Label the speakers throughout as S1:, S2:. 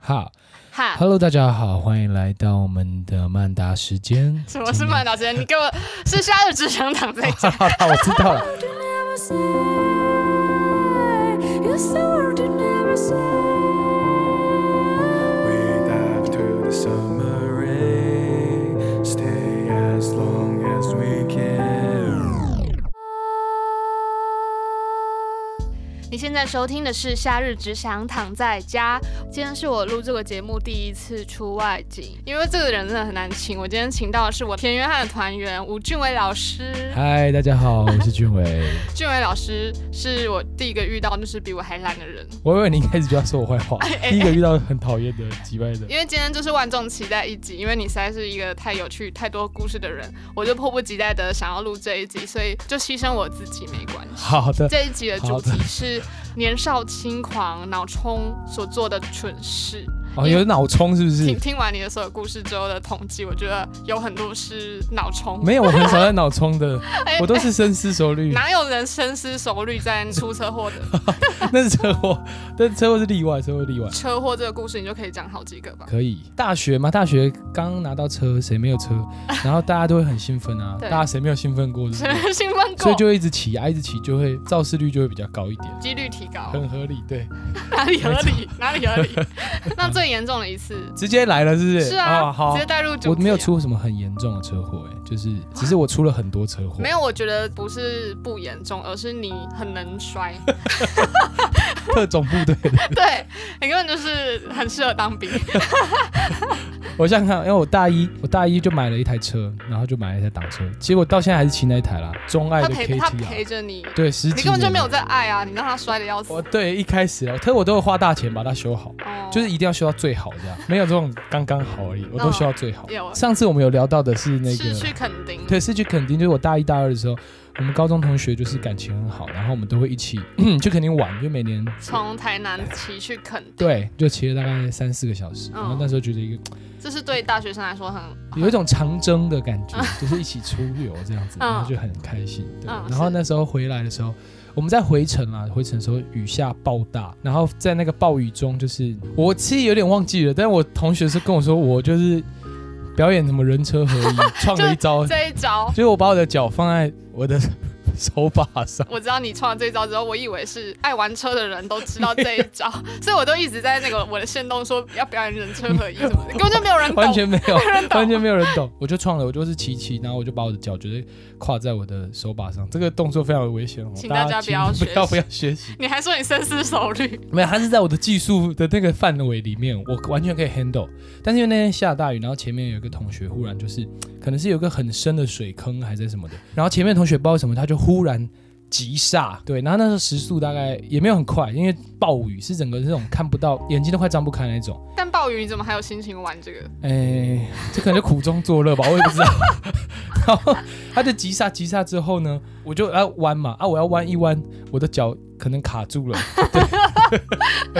S1: 哈
S2: 哈，
S1: ，Hello，大家好，欢迎来到我们的曼达时间。
S2: 什么是半岛时间？你给我是夏日只想躺在家。
S1: 好了，我知道了。
S3: You never say. You're so hard to never say.
S4: Wait after the summer rain. Stay as long as we can.
S2: 你现在收听的是《夏日只想躺在家》，今天是我录这个节目第一次出外景，因为这个人真的很难请。我今天请到的是我田约翰的团员吴俊伟老师。
S1: 嗨，大家好，我是俊伟。
S2: 俊伟老师是我第一个遇到就是比我还懒的人，
S1: 我以为你一开始就要说我坏话，第一个遇到很讨厌的、击败的。
S2: 哎因为今天就是万众期待一集，因为你实在是一个太有趣、太多故事的人，我就迫不及待的想要录这一集，所以就牺牲我自己没关系。
S1: 好 的，
S2: 这一集的主
S1: 好的
S2: 题是年少轻狂、脑冲所做的蠢事。
S1: 哦，有脑冲是不是？
S2: 听听完你的所有故事之后的统计，我觉得有很多是脑冲，
S1: 没有，我很少在脑冲的，
S2: 哎
S1: 我都是深思熟虑。
S2: 哪有人深思熟虑在出车祸的？
S1: 那是车祸，但车祸是例外，车祸例外。
S2: 车祸这个故事你就可以讲好几个吧。
S1: 可以，大学嘛，大学刚拿到车，谁没有 车？然后大家都会很兴奋啊，
S2: 对
S1: 大家谁没有兴奋过？对 不
S2: 什
S1: 对？
S2: 么兴奋
S1: 所以
S2: 过？
S1: 就一直骑啊，一直骑就会肇事率就会比较高一点，
S2: 几率提高，
S1: 很合理。对，
S2: 哪里合理？哪里 合理？那最严重的一次
S1: 直接来了，是不是？
S2: 是啊，
S1: 哦好
S2: 直接，带入主题、
S1: 我没有，出过什么很严重的车祸，哎，就是只是我出了很多车祸。
S2: 啊没有，我觉得不是不严重，而是你很能摔。
S1: 特种部队的，
S2: 对，你根本就是很适合当兵。
S1: 我想想看，因为我大一，我大一就买了一台车，然后就买了一台挡车，结果到现在还是骑那一台啦，钟爱
S2: 他
S1: 的
S2: 陪
S1: KT
S2: 他
S1: 啊，
S2: 陪着你，
S1: 对，十几
S2: 你根本就
S1: 年
S2: 没有
S1: 了。
S2: 在爱啊！你让他摔的要死。
S1: 我对一开始啊，特我都有花大钱把它修好。
S2: 哦
S1: 就是一定要修到最好，这样没有这种刚刚好而已，我都修到最好。
S2: 有
S1: 上次我们有聊到的是那
S2: 是
S1: 个，
S2: 去垦丁，
S1: 对，是去垦丁，就是我大一大二的时候，我们高中同学就是感情很好，然后我们都会一起
S2: 嗯
S1: 去垦丁 玩，就每年
S2: 从台南骑去垦丁，
S1: 对，就骑了大概三四个小时，
S2: 嗯
S1: 然后那时候觉得一个
S2: 这是对大学生来说很
S1: 有一种长征的感觉，就是一起出游这样子，
S2: 嗯
S1: 然后就很开心。对，
S2: 嗯
S1: 然后
S2: 是
S1: 那时候回来的时候。我们在回程啊，回程的时候雨下暴大，然后在那个暴雨中，就是我其实有点忘记了，但我同学是跟我说，我就是表演什么人车合 一，创了一招，
S2: 这一招。
S1: 就是我把我的脚放在我的手把上，
S2: 我知道你创了这一招之后，我以为是爱玩车的人都知道这一 招，所以我都一直在那个我的线动说要表演人车合一什么的，根本就没有人 懂。
S1: 完全没有，
S2: 没有人懂
S1: 完全没有人懂， 我就创了，我就是骑骑，然后我就把我的脚就是跨在我的手把上，这个动作非常的危险哦，
S2: 请大家
S1: 请
S2: 不要
S1: 不
S2: 学
S1: 要
S2: 习
S1: 不要学习。
S2: 你还说你深思熟虑，
S1: 没有，它是在我的技术的那个范围里面，我完全可以 handle。但是因为那天下大雨，然后前面有一个同学忽然就是，可能是有一个很深的水坑还是什么的，然后前面同学不知道为什么他就忽然急刹，对，然后那时候时速大概也没有很快，因为暴雨是整个这种看不到，眼睛都快张不开那种。
S2: 但暴雨你怎么还有心情玩这个？
S1: 哎，这可能就苦中作乐吧，我也不知道。 然后他就急刹，急刹之后呢，我就要弯嘛，啊，我要弯一弯，我的脚可能卡住了， 对，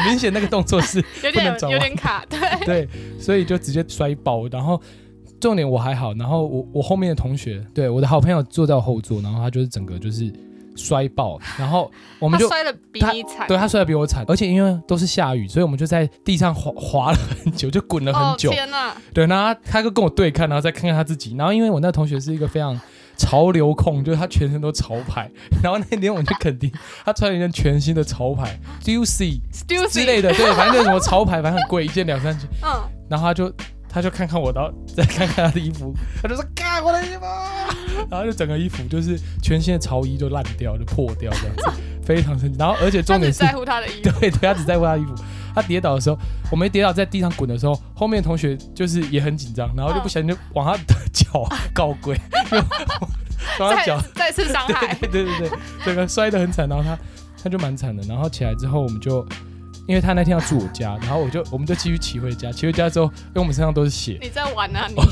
S1: 很明显那个动作是 不
S2: 有点
S1: 能转
S2: 有
S1: 弯
S2: 点卡，对，
S1: 对，所以就直接摔爆。然后重点我还好，然后我我后面的同学，对我的好朋友坐在我后座，然后他就是整个就是摔爆，然后我
S2: 他
S1: 们就。
S2: 摔的比你惨。
S1: 对他摔的比我惨，而且因为都是下雨，所以我们就在地上滑滑了很久，就滚了
S2: 哦
S1: 很久。
S2: 天哪！
S1: 对，然后他他就跟我对看，然后再看看他自己。然后因为我那同学是一个非常潮流控，就是他全身都潮牌。 然后那天我们去垦丁，他穿了一件全新的潮牌 d u c y 之
S2: Stussy，
S1: 类的，对，反正就是什么潮牌，反正很贵，一件两三千。
S2: 嗯，
S1: 然后他就他就看看我，然后再看看他的衣服，他就说：“嘎，我的衣服！”然后就整个衣服就是全新的潮衣就烂掉，就破掉这样子，非常生气。然后而且
S2: 他
S1: 重
S2: 只
S1: 点是，
S2: 在乎他的衣服
S1: 对，对，他只在乎他的衣服。他跌倒的时候，我没跌倒，在地上滚的时候，后面的同学就是也很紧张，然后就
S2: 嗯
S1: 不小心就往他的 脚搞鬼，就 往他脚
S2: 再，再次伤害。
S1: 对对对对，整个摔得很惨，然后他他就蛮惨的。然后起来之后，我们就因为他那天要住我家，然后我就我们就继续骑回家。骑回家之后，因为我们身上都是血，
S2: 你在玩啊你？
S1: 哦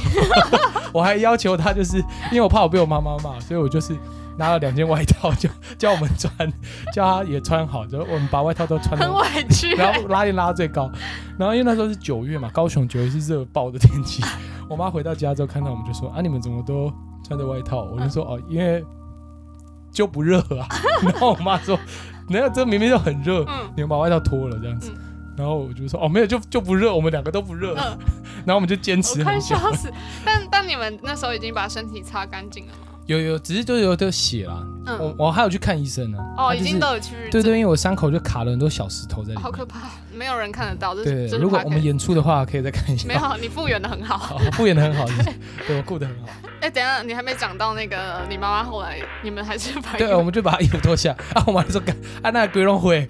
S1: 我还要求他，就是因为我怕我被我妈妈骂，所以我就是拿了两件外套，就 叫我们穿，叫他也穿好，就我们把外套都穿
S2: 很
S1: 到
S2: 委屈、
S1: 然后拉链拉最高，然后因为那时候是九月嘛，高雄九月是热爆的天 气。我妈回到家之后看到我们就说：“啊，你们怎么都穿着外套？”我就说：“哦，因为就 不热啊。”然后我妈说：“没有，这明明就很热，
S2: 嗯
S1: 你们把外套脱了这样子。然后我就说哦没有就就不热，我们两个都不热，
S2: 嗯
S1: 然后我们就坚
S2: 我
S1: 持
S2: 快
S1: 很久。
S2: 笑死！但但你们那时候已经把身体擦干净了吗？
S1: 有有，只是就有点血啦。
S2: 嗯，
S1: 我我还有去看医生呢、
S2: 哦，
S1: 他
S2: 已
S1: 哦啊就是
S2: 经都有去
S1: 对对，因为我伤口就卡了很多小石头在里面。
S2: 好可怕，没有人看得到。这
S1: 对
S2: 是这
S1: 对，
S2: 是
S1: 如果
S2: podcast
S1: 我们演出的话，可以再看一下。
S2: 没有，你复原的很好。
S1: 好， 我不演的很好， 是不是对我顾得很好。
S2: 哎，等一下你还没讲到那个你妈妈后来你们还是朋
S1: 对，我
S2: 友，
S1: 们就把衣服脱 下啊，我妈就说干啊，那鬼 龙灰，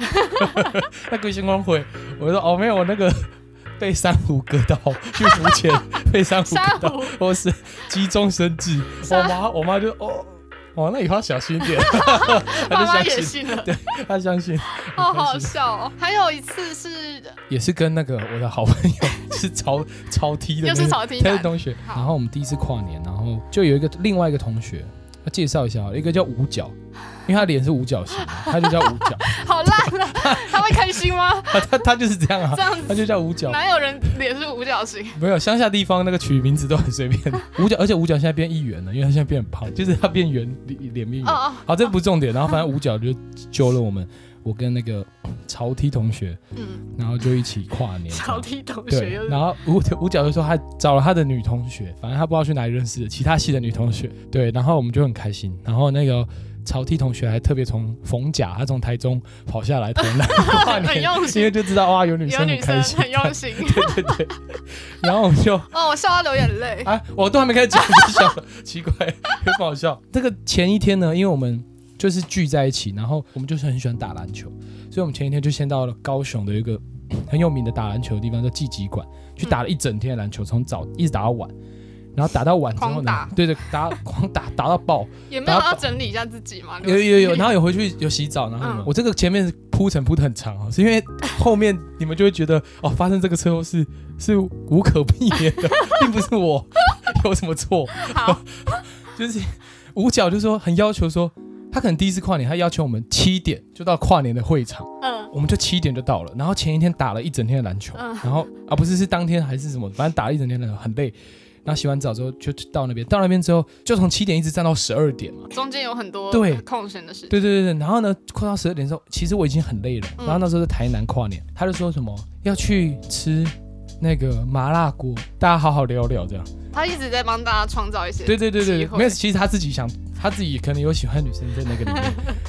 S1: 那鬼星光灰，我就说哦没有，我那个 被珊瑚割到，去浮潜 被珊瑚
S2: 珊
S1: 割到，
S2: 瑚
S1: 我是急中生智，我妈我妈就哦。哦，那以后要小心一点。她
S2: 爸
S1: 就
S2: 妈
S1: 相
S2: 也
S1: 信，
S2: 信了，
S1: 她相 信，开
S2: 哦，好
S1: 心
S2: 笑哦。还有一次是
S1: 也是跟那个我的好朋友是朝朝梯的那
S2: 又
S1: 个，
S2: 是草地
S1: 他是
S2: 男，
S1: 同学。
S2: 好
S1: 然后我们第一次跨年，然后就有一个另外一个同学，要介绍一下好了，一个叫五 角，因为他脸是五角形的，他就叫五角，
S2: 好烂啊！他会开心吗？
S1: 他他他就是这样啊
S2: 这，样
S1: 他
S2: 子
S1: 就叫五角。
S2: 哪有人脸是五角形？
S1: 没有乡下地方那个取名字都很 随便，五角，而且五角现在变一元了，因为他现在变很胖，就是他变圆，脸脸变圆。
S2: 嗯哦哦，
S1: 好，这不是重点。然后反正五角就揪了我们，我跟那个朝梯同学，
S2: 嗯，
S1: 然后就一起跨 年。
S2: 草地同学
S1: 对
S2: 又，是
S1: 然后五五角就说他找了他的女同学，反正他不知道去哪里认识的，其他系的女同学。对，然后我们就很开心。然后那个朝梯同学还特别从逢甲，他从台中跑下来台南跨
S2: 很
S1: 年，
S2: 用
S1: 因为
S2: 心，
S1: 就知道哇有女
S2: 有
S1: 生
S2: 女
S1: 很开
S2: 生
S1: 心，
S2: 很用心。
S1: 对对对。然后我们就
S2: 哦，我笑到流眼 泪。
S1: 啊，我都还没开始讲就笑了， 奇怪，很好笑。这个前一天呢，因为我们就是聚在一起，然后我们就是很喜欢打篮球，所以我们前一天就先到了高雄的一个 很有名的打篮球的地方，叫季集馆，去打了一整天的篮球，从早一直打到晚。然后打到晚之后
S2: 狂
S1: 呢
S2: 打，
S1: 对对，打狂打打到 爆，
S2: 也没有要整理一下自己嘛？
S1: 有有有，然后有回去有洗澡，然后什么
S2: 嗯
S1: 我这个前面铺陈铺的很长哦，是因为后面你们就会觉得哦，发生这个车祸是是无可避免的，并不是我 有什么错，
S2: 好，
S1: 就是 五角就说很要求说，他可能第一次跨年，他要求我们七点就到跨年的会场，
S2: 嗯
S1: 我们就七点就到了。然后前一天打了一整天的篮球，
S2: 嗯
S1: 然后啊不是是当天还是什么，反正打了一整天的篮球很累。然后洗完澡之后就到那边，到那边之后就从七点一直站到十二点嘛。
S2: 中间有很多
S1: 对
S2: 空闲的事情。
S1: 对对对对，然后呢，快到十二点的时候，其实我已经很累了。
S2: 嗯
S1: 然后那时候在台南跨年，他就说什么要去吃那个麻辣锅，大家好好聊聊这样。
S2: 他一直在帮大家创造一些
S1: 对对对对
S2: 机
S1: 对，
S2: 会
S1: 没有，其实他自己想，他自己可能有喜欢的女生在那个里 面，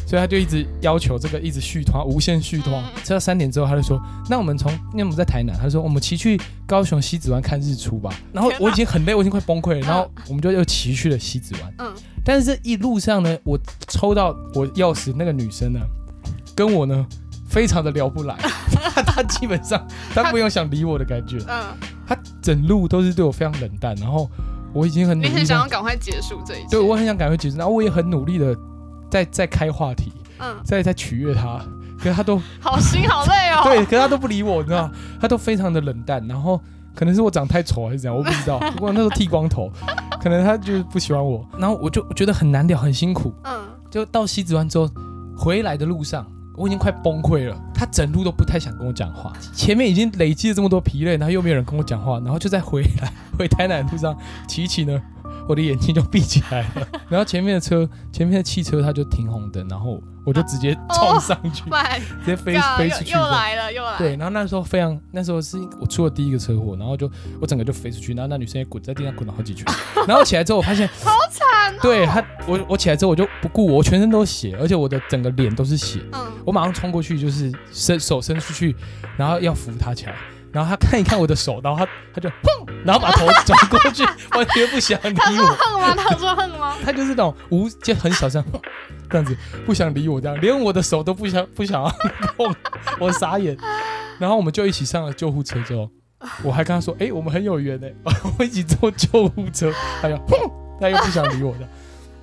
S1: 所以他就一直要求这个一直续团，无限续团
S2: 嗯。
S1: 吃到三点之后，他就说：“那我们从，那我们在台南，他就说我们骑去高雄西子湾看日出吧。”然后
S2: 天哪
S1: 我已经很累，我已经快崩溃了，然后我们就又骑去了西子湾。
S2: 嗯，
S1: 但是这一路上呢，我抽到我钥匙那个女生呢，跟我呢非常的聊不 来，她她基本上她不用想理我的感觉，
S2: 嗯，
S1: 她整路都是对我非常冷淡，然后我已经很努
S2: 你
S1: 力
S2: 很想
S1: 地
S2: 要赶快结束这一切。
S1: 对我很想赶快结束，然后我也很努力的在在开话题，
S2: 嗯，
S1: 在在取悦她，可是她 都
S2: 好心好累哦。
S1: 对，可是她都不理我，你知道吗，她都非常的冷淡，然后可能是我长太丑还是怎样，我不知道，不过那时候剃光头，可能她就是不喜欢我， 然后我就觉得很难聊，很辛苦，
S2: 嗯，
S1: 就到西子湾之后，回来的路上，我已经快崩溃了。他整路都不太想跟我讲话，前面已经累积了这么多疲累，然后又没有人跟我讲话，然后就在回来 回台南的路上，骑一骑呢，我的眼睛就闭起来 了。然后前面的车，前面的汽车，它就停红灯，然后我就直接冲上 去，
S2: 拜
S1: 直接飞
S2: 嘎，
S1: 飞
S2: 又
S1: 出去这
S2: 又
S1: 样。
S2: 来了，又来。
S1: 对，然后那时候非常，那时候是我出了第一个车祸，然后就我整个就飞出去，然后那女生也滚在地上滚了好 几圈，然后起来之后我发现好惨、对她，我我起来之后我就不顾我，我全身都是血，而且我的整个脸都是血，
S2: 嗯，
S1: 我马上冲过去就是伸手伸出去，然后要扶她起来，然后她看一看我的手，然后她她就砰，然后把头转过去， 完全不想理
S2: 他说
S1: 我，
S2: 恨吗？他说恨吗？
S1: 她就是那种无就很小声。这样子不想理我，这样连我的手都不想不想要碰，我傻眼。然后我们就一起上了救护车之后，我还跟他说：“哎、我们很有缘哎、 我们一起坐救护车。”他就砰，他又不想理我的。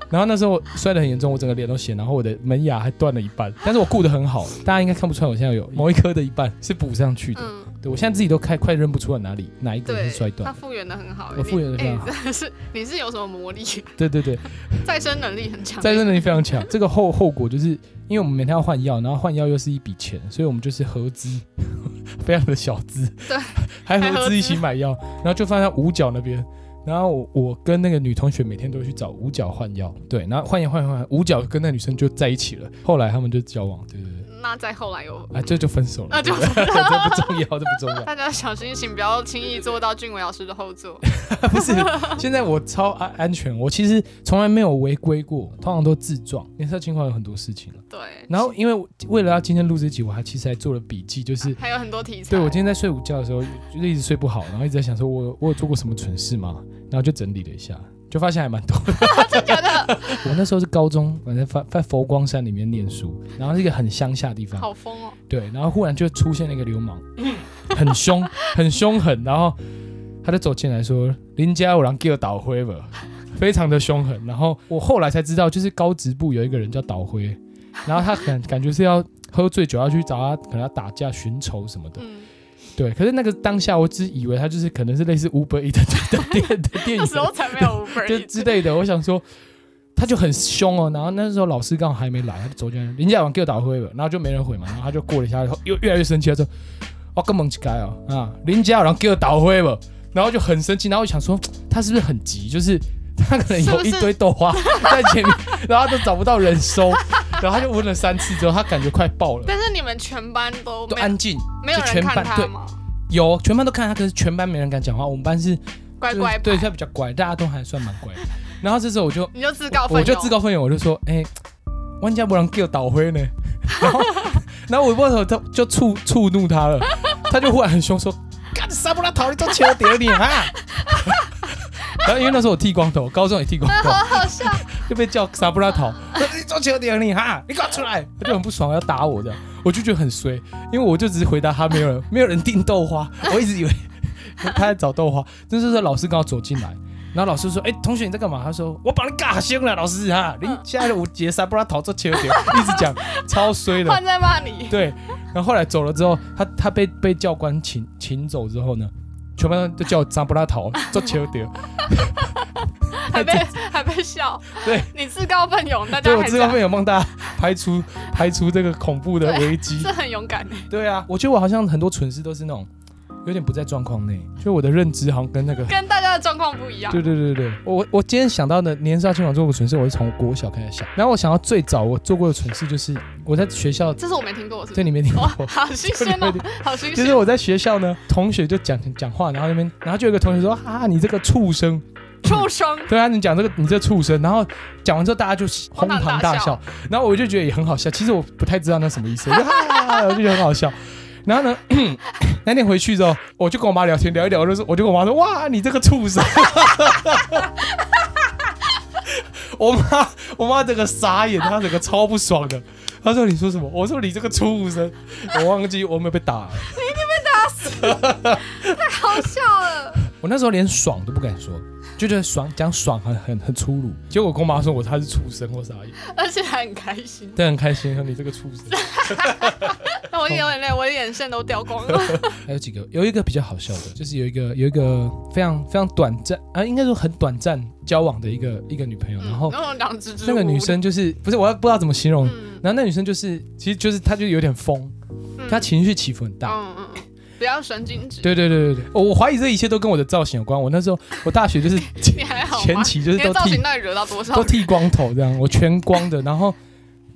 S1: 然后那时候我摔得很严重，我整个脸都血，然后我的门牙还断了一半，但是我顾得很好，大家应该看不出来，我现在有某一颗的一半是补上去的。
S2: 嗯，
S1: 对我现在自己都快快认不出来哪里哪一个
S2: 对
S1: 是摔，
S2: 他
S1: 断。
S2: 复原的很好。
S1: 我复原得非常好
S2: 你哎真的是你是有什么魔 力？
S1: 对对对，
S2: 再生能力很强。
S1: 再生能力非常强。这个后后果就是，因为我们每天要换药，然后换药又是一笔钱，所以我们就是合资， 非常的小资，
S2: 对，
S1: 还
S2: 还
S1: 合
S2: 合
S1: 资
S2: 资
S1: 一起买药，然后就放在五角那边。然后我我跟那个女同学每天都去找五角换药，对，然后换药换药换药，五角跟那女生就在一起了，后来他们就交往，对对对，
S2: 那再后来有，
S1: 啊，这就分手了，
S2: 那就
S1: 这不重要，这不重要。
S2: 大家小心一请不要轻易坐到俊伟老师的后座。
S1: 不是，现在我超安安全，我其实从来没有违规过，通常都自撞。因为这情况有很多事情了。
S2: 对，
S1: 然后因为我为了要今天录这集，我还其实还做了笔记，就是
S2: 还有很多题材。
S1: 对我今天在睡午觉的时候，就是一直睡不好，然后一直在想说我我有做过什么蠢事吗？然后就整理了一下，就发现还蛮多的。
S2: 真假的
S1: 我那时候是高中，反正在在佛光山里面念书，然后是一个很乡下的地方，
S2: 好疯哦，
S1: 对，然后忽然就出现了一个流氓，很凶，很凶狠，然后他就走进来说：“林家有人给我倒灰吧。”非常的凶狠。然后我后来才知道，就是高职部有一个人叫倒灰，然后他感感觉是要喝醉酒要去找他，可能要打架寻仇什么的。
S2: 嗯，
S1: 对，可是那个当下我只以为他就是可能是类似 Uber Eats 的 店的店
S2: 那
S1: 员
S2: 时，候才没有 Uber
S1: 就
S2: Eats
S1: 之类的。我想说。他就很凶哦，然后那时候老师刚好还没来，他就走进来，林家王给我打灰了，然后就没人回嘛，然后他就过了一下，然后又越来越生气，他说：“我根本乞丐哦啊，林家王给我打灰了。”然后就很生气，然后我想说他是不是很急，就是他可能
S2: 是不
S1: 有
S2: 是
S1: 一堆豆花在前面， 然后他都找不到人收，然后他就问了三次之后，他感觉快爆了，
S2: 但是你们全班都
S1: 都
S2: 没有
S1: 安静，
S2: 没有
S1: 就
S2: 人
S1: 全
S2: 看
S1: 班
S2: 他
S1: 对
S2: 吗？
S1: 有全班都看他，可是全班没人敢讲话，我们班是
S2: 乖乖
S1: 对，
S2: 牌，
S1: 他比较乖，大家都还算蛮乖的。然后这时候我就
S2: 你就自告奋
S1: 我
S2: 勇，
S1: 就自告奋勇，我就说，哎、万家不让给我倒灰呢。 然后，然后我不知道他就触触怒他 了，他就忽然很凶说：“干杀不拉逃，你都求点你啊！” 然后因为那时候我剃光头，高中也剃光头，
S2: 好好笑，
S1: 就被叫萨布拉 头，你做球点你哈，你给我出来！他就很不爽，要打我这样，我就觉得很衰，因为我就只是回答他，没有人，没有人订豆 花，我一直以为他在找豆花，那时候老师刚好走进来，然后老师说：“哎、同学你在干嘛？”他说：“我把你尬醒了，老师哈，你现在我节萨布拉头做球点，一直 讲超衰的。”
S2: 换在骂 你，
S1: 对，然后后来走了之后，他他被被教官请请走之后呢，全班都叫我扎布拉头做球点，
S2: 还被 还被笑，
S1: 对，
S2: 你自告奋勇，大
S1: 对
S2: 家
S1: 我
S2: 还
S1: 这方面有帮大家排 除排除这个恐怖
S2: 啊
S1: 的危机
S2: 这。很勇敢欸，
S1: 对啊，我觉得我好像很多蠢事都是那种有点不在状况内，就我的认知好像跟那个。
S2: 跟大家的状况不一样
S1: 对。对对对，对我我今天想到的年少轻狂做过的蠢事，我是从国小开始想。然后我想到最早我做过的蠢事，就是我在学校，
S2: 这是我没听过，是不
S1: 对
S2: 是？
S1: 你没听
S2: 哦
S1: 过，，
S2: 好新鲜哦，好新
S1: 就
S2: 鲜
S1: 是。我在学校呢，同学就讲讲话，然后那边，然后就有一个同学说啊，你这个畜生，
S2: 畜生，
S1: 对啊，你讲这个，你这畜生，然后讲完之后大家就哄堂大笑，然后我就觉得也很好笑。其实我不太知道那什么意 思，我就哈哈哈哈，我就觉得很好笑。然后呢， 那天回去之后，我就跟我妈聊天，聊一聊，我就说，我就跟我妈说，哇，你这个畜生。我妈，我妈整个傻眼，她整个超不爽的。她说：“你说什么？”我说：“你这个畜生！”我忘记我有没有被打了。
S2: 好笑了。
S1: 我那时候连爽都不敢说，就觉得爽讲爽很很很粗鲁。结果我跟我妈说我他是畜生，我傻眼。
S2: 而且还很开心。
S1: 但很开心，和你这个畜生。
S2: 那我眼泪，我的眼线都掉光了。
S1: 还有几个，有一个比较好笑的，就是有一个有一个非常非常短暂啊，应该说很短暂交往的一个一个女朋友，然后
S2: 嗯然后两只蜘蛛，
S1: 那个女，生就是不是我要不知道怎么形容，
S2: 嗯，
S1: 然后那女生就是其实就是她就有点疯，
S2: 嗯
S1: 她情绪起伏很大。
S2: 嗯嗯嗯，不要神经质。
S1: 对对对对对，哦我我怀疑这一切都跟我的造型有关。我那时候我大学就是
S2: 你还好吗？
S1: 前期就是
S2: 你的
S1: 都
S2: 造
S1: 剃
S2: 型到底惹到多少
S1: 都？剃光头这样，我全光的。然后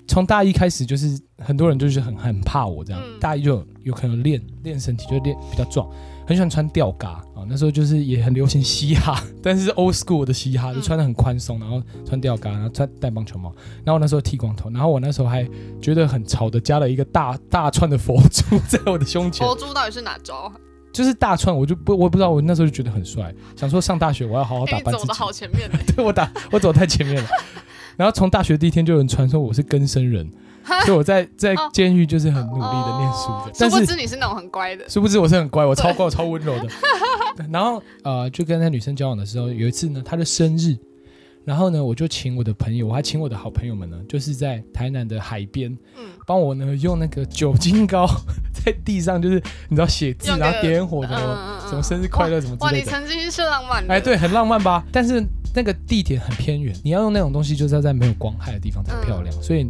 S1: 从大一开始，就是很多人就是很很怕我这样。
S2: 嗯
S1: 大一就有有可能练练身体，就练比较壮，很喜欢穿吊嘎啊。那时候就是也很流行嘻哈，但是是 old school 的嘻哈，就
S2: 嗯
S1: 穿的很宽松，然后穿吊嘎，然后穿戴棒球帽。然后我那时候剃光头，然后我那时候还觉得很潮的，加了一个大大串的佛珠在我的胸前
S2: 佛，珠到底是哪招？啊
S1: 就是大串，我就不我也不知道，我那时候就觉得很帅，想说上大学我要好好
S2: 哎，
S1: 打
S2: 你
S1: 扮
S2: 走
S1: 自己
S2: 的。好前面 欸，
S1: 对我打我走太前面了。然后从大学第一天就有人传说我是更生人，所以我在在
S2: 哦
S1: 监狱就是很努力的念书的
S2: 哦，殊
S1: 但
S2: 不
S1: 是
S2: 知你是那种很乖 的，
S1: 殊不知我是很乖，我超乖，我超温柔 的。然后呃，就跟那女生交往的时候，有一次呢，她的生日，然后呢，我就请我的朋友，我还请我的好朋友们呢，就是在台南的海边
S2: 嗯，
S1: 帮我呢用那个酒精膏 在地上，就是你知道写字，
S2: 用个
S1: 然后点点火
S2: 嗯
S1: 什么
S2: 嗯嗯
S1: 什么生日快乐什么
S2: 哇，
S1: 之类
S2: 你
S1: 的。
S2: 曾经是浪漫的，
S1: 哎，，对，很浪漫吧？但是那个地点很偏远，你要用那种东西，就是要在没有光害的地方才漂
S2: 嗯
S1: 亮。所以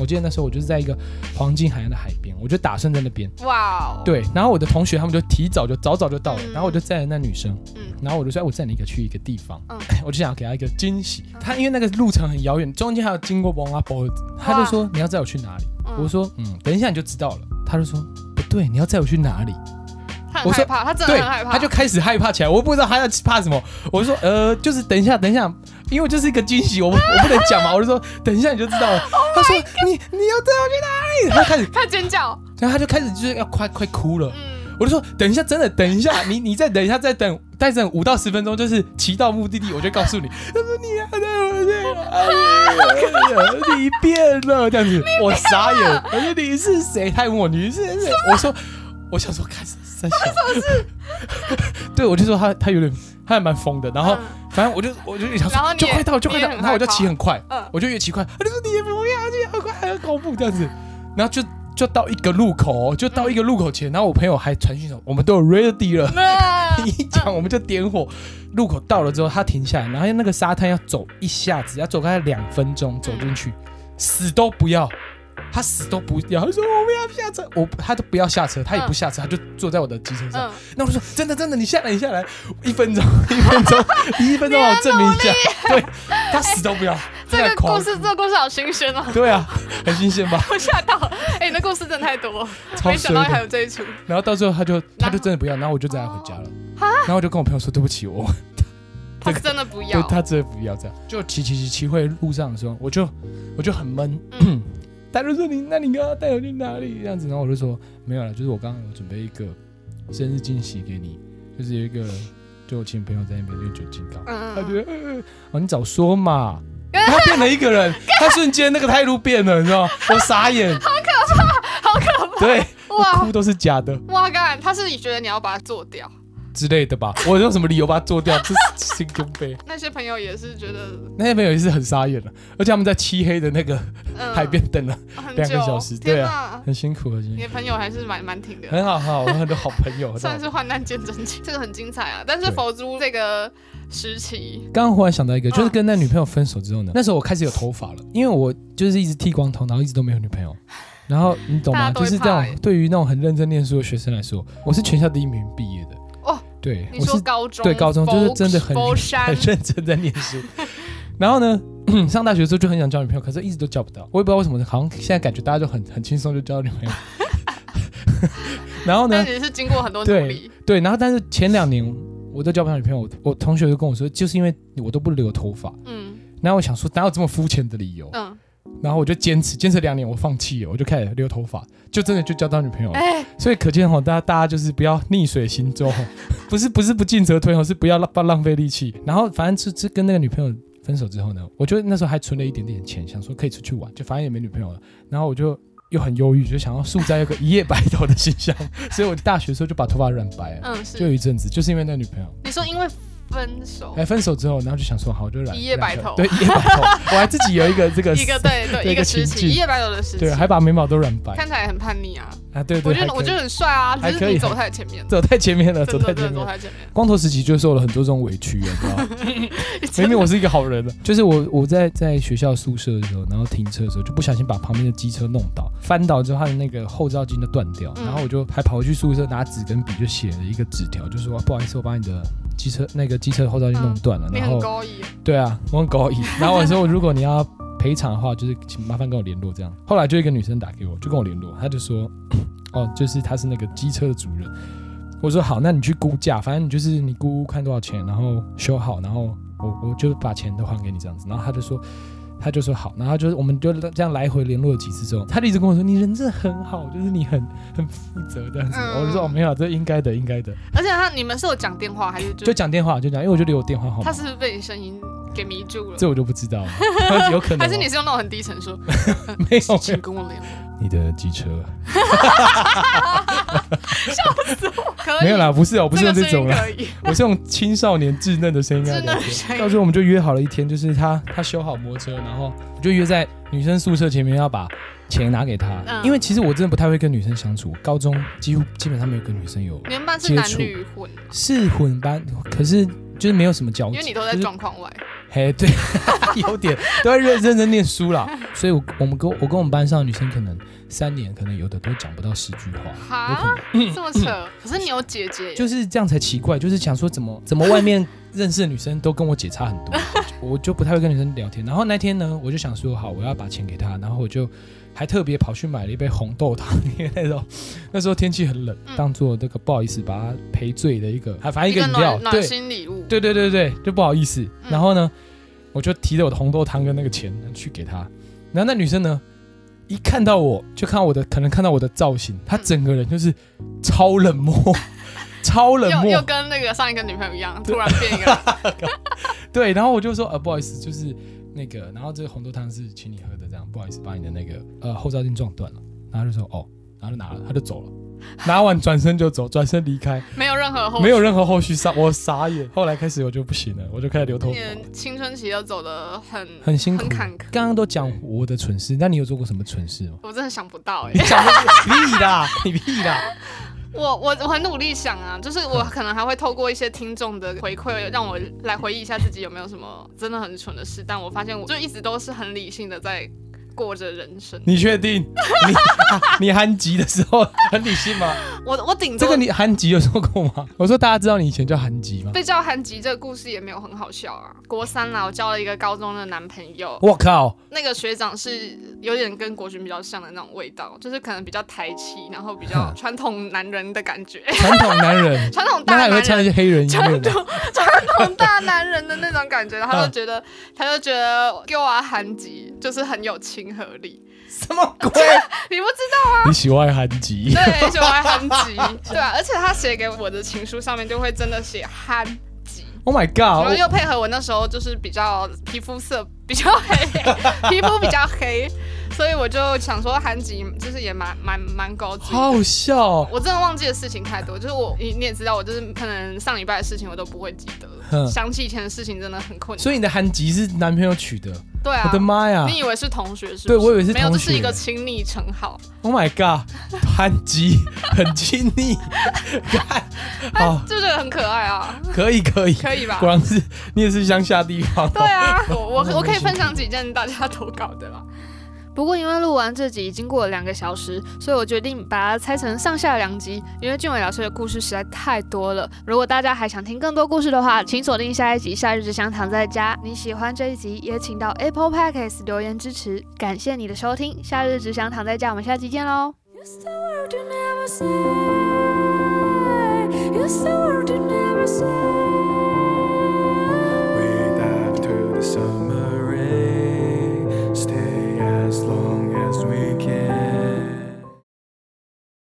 S1: 我记得那时候我就是在一个黄金海岸的海边，我就打算在那边。
S2: 哇哦，，
S1: 对，然后我的同学他们就提早就早早就到了，
S2: 嗯
S1: 然后我就载了那女生，
S2: 嗯
S1: 然后我就说哎我载你一个去一个地方，
S2: 嗯
S1: 我就想要给她一个惊喜
S2: 嗯。
S1: 她因为那个路程很遥远，中间还要经过王阿伯，她就说你要载我去哪里？
S2: 嗯嗯
S1: 我说嗯，等一下你就知道了。他就说不对，你要载我去哪里？
S2: 他很
S1: 我说
S2: 害怕，他真的
S1: 对，
S2: 很害怕，
S1: 他就开始害怕起来。我不知道他要怕什么。我说呃，就是等一下，等一下，因为就是一个惊喜，我不我不能讲嘛。我就说等一下你就知道了。他
S2: Oh
S1: 说你你要载我去哪里？他开始，
S2: 他尖叫，
S1: 然后他就开始就是要快快哭了。
S2: 嗯，
S1: 我就说等一下，真的等一下，你你再等一下，再等再等五到十分钟，就是骑到目的地，我就告诉 你。他说你啊要带我啊去哪里，啊你变了这样子，我傻眼。我说你是谁？他还问我你是谁？我说我想说看三小， 对，我就说他他有点他还蛮疯的， 然后
S2: 嗯
S1: 反正我就我就想
S2: 然后
S1: 说
S2: 你
S1: 就快到
S2: 也
S1: 就快到，
S2: 你也很
S1: 然后我就
S2: 害怕
S1: 骑很快，
S2: 嗯
S1: 我就越骑快，他就说你也不要去，很快很恐怖这样子，然后就就到一个路口哦，就到一个路口前，然后我朋友还传讯说我们都有 ready 了，
S2: 那嗯
S1: 你一讲我们就点火，路口到了之后他停下来，然后那个沙滩要走一下子，要走开两分钟走进去，
S2: 嗯
S1: 死都不要。他死都不要，他说我不要下车，我他都不要下车，他也不下车，他就坐在我的机车上。
S2: 嗯，
S1: 那我就说真的真的，你下来你下来，一分 钟一分钟一分钟，让我证明一下。对他死都不要，
S2: 啊 这
S1: 他在
S2: 个
S1: 狂
S2: 故事这个故事好新鲜哦，
S1: 对啊，很新鲜吧？
S2: 我吓到，哎，你的故事真的太多，
S1: 超
S2: 没想
S1: 衰
S2: 到还
S1: 的。
S2: 有这一出，
S1: 然后到最后他就他
S2: 然后哦
S1: 就真的不要，然后我就载他回家了。然后我就跟我朋友说对不起，我
S2: 他
S1: 这个
S2: 真的不
S1: 对
S2: 要，
S1: 他真的不要这样。就骑骑骑骑回路上的时候，我就我就很闷。
S2: 嗯
S1: 他就说你那你刚刚带我去哪里这样子，然后我就说没有了，就是我刚刚有准备一个生日惊喜给你，就是有一个就我请朋友在那边练酒精膏。
S2: 嗯，
S1: 他
S2: 嗯
S1: 觉得、呃哦，你早说嘛！ 他变了一个人，他瞬间那个态度变了，你知道吗？我傻眼， 好可怕，好可怕！对，我
S2: 哇
S1: 哭都是假的
S2: 哇干，他是觉得你要把它做掉，
S1: 之类的吧？我有什么理由把它做掉？这是心胸悲。
S2: 那些朋友也是觉得，
S1: 那些朋友也是很傻眼了，而且他们在漆黑的那个
S2: 嗯，
S1: 海边等了
S2: 很
S1: 两个
S2: 久
S1: 小时
S2: 天
S1: 对啊
S2: 哪，
S1: 很辛苦，很辛
S2: 你
S1: 苦
S2: 的，朋友还是蛮蛮挺的，
S1: 很好，很 好，我有很多好朋 友。很好
S2: 算是患难见真情，这个很精彩 啊。但是
S1: 对
S2: 佛珠这个时期，
S1: 刚刚忽然想到一个，就是
S2: 嗯
S1: 跟那女朋友分手之后呢，那时候我开始有头发了，因为我就是一直剃光头，然后一直都没有女朋 友。然后你懂
S2: 大
S1: 吗？
S2: 家都会
S1: 就是这种
S2: 怕欸
S1: 对于那种很认真念书的学生来说，我是全校第一名毕业的。
S2: 哦，
S1: 对，
S2: 你
S1: 我
S2: 说
S1: 是
S2: 高中
S1: 对高中就是真的很
S2: 佛
S1: 很
S2: 山，
S1: 认真在念 书。然后呢， 上大学的时候就很想交女朋友，可是一直都交不到。我也不知道为什么，好像现在感觉大家就很很轻松就交女朋友。 然后呢
S2: 但，也是经过很多
S1: 啊
S2: 努
S1: 对
S2: 力，
S1: 对，然后但是前两年我都交不到女朋友，我我同学就跟我说，就是因为我都不留头发。
S2: 嗯
S1: 然后我想说，哪有这么肤浅的理由？
S2: 嗯，
S1: 然后我就坚持，坚持两年，我放弃了，我就开始留头发，就真的就交到女朋友了。
S2: 哎，
S1: 所以可见哈，大家大家就是不要逆水行舟哦， 不是不是不进则退哦，是不要浪不要浪费力气。然后反正是是跟那个女朋友分手之后呢，我就那时候还存了一点点钱，想说可以出去玩，就反正也没女朋友了。然后我就又很忧郁，就想要塑造一个一夜白头的形象， 所以我大学的时候就把头发染白了，
S2: 嗯
S1: 就有
S2: 是，
S1: 一阵子，就是因为那女朋友。
S2: 你说因为分手
S1: 哎，分手之后，然后就想说好，我就染
S2: 一夜白头
S1: 染对，一夜白头。我 还自己有一个这个
S2: 一个 对对
S1: 对
S2: 一
S1: 一
S2: 个
S1: 个情
S2: 时期，
S1: 境
S2: 一夜白头的时期
S1: 对，，还把眉毛都染白
S2: 看起来很叛逆啊。
S1: 啊！对对，
S2: 我觉得
S1: 还
S2: 我
S1: 可以
S2: 觉得很帅啊，
S1: 还
S2: 只是
S1: 可以
S2: 你走
S1: 还
S2: 太 前面了。
S1: 走太前面了，走
S2: 真
S1: 太
S2: 的
S1: 前
S2: 真的
S1: 面
S2: 走
S1: 了。
S2: 太前面，
S1: 光头时期就受了很多这种委屈，你知道 吗？明明我是一个好人了，就是我我在在学校宿舍的时候，然后停车的时候就不小心把旁边的机车弄倒，翻倒之后它的那个后照镜就断掉，
S2: 嗯
S1: 然后我就还跑回去宿舍拿纸跟笔就写了一个纸条，就说啊不好意思，我把你的机车那个机车后照镜弄断了，
S2: 你
S1: 然
S2: 很
S1: 后
S2: 高一，
S1: 对啊，我很高义。然后我说，如果你要赔偿的话，就是请麻烦跟我联络这样。后来就一个女生打给我，就跟我联络，她就说， 哦，就是她是那个机车的主人。我说好，那你去估价，反正你就是你估看多少钱，然后修好，然后我我就把钱都还给你这样子。然后她就说。她就说好，然后就是我们就这样来回联络了几次之后，她就一直跟我说你人真的很好，就是你很很负责这样子。
S2: 嗯
S1: 我就说哦没有，这应该的，应该的，
S2: 而且他你们是有讲电话还是
S1: 就
S2: 就
S1: 讲电话就讲，因为我就留我电话号码
S2: 嗯他，是不是被你声音给迷住了？
S1: 这我就不知道了，有可能
S2: 还是
S1: 哦
S2: 你是用那种很低沉说，
S1: 没有啊没有
S2: 请跟我联络？
S1: 你的机车
S2: 可以，
S1: 没有啦，不是哦，不是用这种
S2: 个
S1: 啦，
S2: 声音可以，
S1: 我是用青少年稚嫩的声音跟他
S2: 真
S1: 聊
S2: 的
S1: 天。
S2: 声
S1: 到
S2: 音
S1: 时候我们就约好了一天，就是他他修好摩托车，然后我就约在女生宿舍前面要把钱拿给他，
S2: 嗯
S1: 因为其实我真的不太会跟女生相处，我高中几乎基本上没有跟女生有
S2: 你们班是男女混，
S1: 是混班，可是就是没有什么交集，
S2: 因为你都在
S1: 就是
S2: 状况外，
S1: 嘿， 对，有点都在认认真念书啦，所以我我们跟我跟我们班上的女生可能三年可能有的都讲不到十句话，有可
S2: 哈
S1: 能。，
S2: 这么扯。可是你有姐姐耶，
S1: 就是这样才奇怪，就是想说怎么怎么外面认识的女生都跟我姐差 很多，我就不太会跟女生聊天。然后那天呢，我就想说好，我要把钱给她，然后我就还特别跑去买了一杯红豆汤，因为那 时候那时候天气很冷，
S2: 嗯
S1: 当做那个不好意思把他赔醉的一个，还反正一个饮料，
S2: 暖暖
S1: 对
S2: 心礼物，
S1: 对对对对，就不好意思。
S2: 嗯
S1: 然后呢，我就提着我的红豆汤跟那个钱去给他，然后那女生呢。一看到我就看到我的，可能看到我的造型，她
S2: 嗯
S1: 整个人就是超冷 漠，超冷
S2: 又
S1: 漠，
S2: 又跟那个上一个女朋友一样，突然变一 个人，
S1: 对，然后我就说呃不好意思，就是那个，然后这个红豆汤是请你喝的，这样不好意思把你的那个呃后照镜撞断了。然后他就说哦，然后就拿了，他就走 了，拿完转身就走，转身离开，
S2: 没有任何后续
S1: 没有任何后续，傻我傻眼。后来开始我就不行了，我就开始留头
S2: 你
S1: 发，
S2: 的青春期又走得很
S1: 很辛苦。
S2: 很坎坷
S1: 刚刚都讲我的蠢事，那你有做过什么蠢事吗？
S2: 我真的想不到哎、
S1: 你讲的屁啦， 你屁啦，
S2: 我我我很努力想啊，就是 我可能还会透过一些听众的回馈，让我来回忆一下自己有没有什么真的很蠢的事。但我发现我就一直都是很理性的在过着人生。
S1: 你确定？你、你 韩籍的时候很理性 吗？
S2: 我我顶
S1: 这
S2: 多
S1: 个你韩籍有说过吗？我说大家知道你以前叫韩籍吗？
S2: 被叫韩吉这个故事也没有很好笑啊。国三啦，我交了一个高中的男朋友，
S1: 我靠！
S2: 那个学长是有点跟国军比较像的那种味道，就是可能比较台气，然后比 较传统男人的感觉， ，
S1: 传统男人
S2: 传统
S1: 那
S2: 大
S1: 他也
S2: 男
S1: 会唱一
S2: 人。
S1: 些黑人音乐吗？
S2: 传统大男人的那种感觉，然后他就觉
S1: 嗯
S2: 得，他就觉得给我啊韩吉就是很有亲和力，
S1: 什么鬼？
S2: 你不知 道
S1: 你喜欢韩籍？
S2: 对，喜欢韩吉，对啊，而且他写给我的情书上面就会真的写韩吉，
S1: ？Oh my
S2: 然后
S1: god！
S2: 又配合我那时候就是比较皮肤色比较 黑，皮肤比较黑，所以我就想说韩吉就是也蛮蛮蛮高级
S1: 我。好好笑哦！
S2: 我真的忘记的事情太多，就是我你你也知道，我就是可能上礼拜的事情我都不会记得，
S1: 嗯
S2: 想起以前的事情真的很困难。
S1: 所以你的韩籍是男朋友取的？
S2: 对啊
S1: 我，的妈呀
S2: 你以为是同学是不是？
S1: 对我以为是
S2: 没有，这
S1: 同
S2: 是一
S1: 学
S2: 个亲昵称号。
S1: ！Oh my god！韩籍很亲 密，干好
S2: 就觉得很可爱啊，
S1: 可以可以，
S2: 可以吧
S1: 果？然是你也是乡下地方
S2: 对
S1: 哦。
S2: 啊，我我我可以分享几件大家投稿的啦。不过因为录完这集已经过了两个小时，所以我决定把它拆成上下两集，因为俊伟老师的故事实在太多了。如果大家还想听更多故事的话，请锁定下一集《夏日只想躺在家》。你喜欢这一集，也请到 Apple Podcast 留言支持。感谢你的收听，《夏日只想躺在家》，我们下期见喽。
S3: It's the word you never say. It's the word you never say.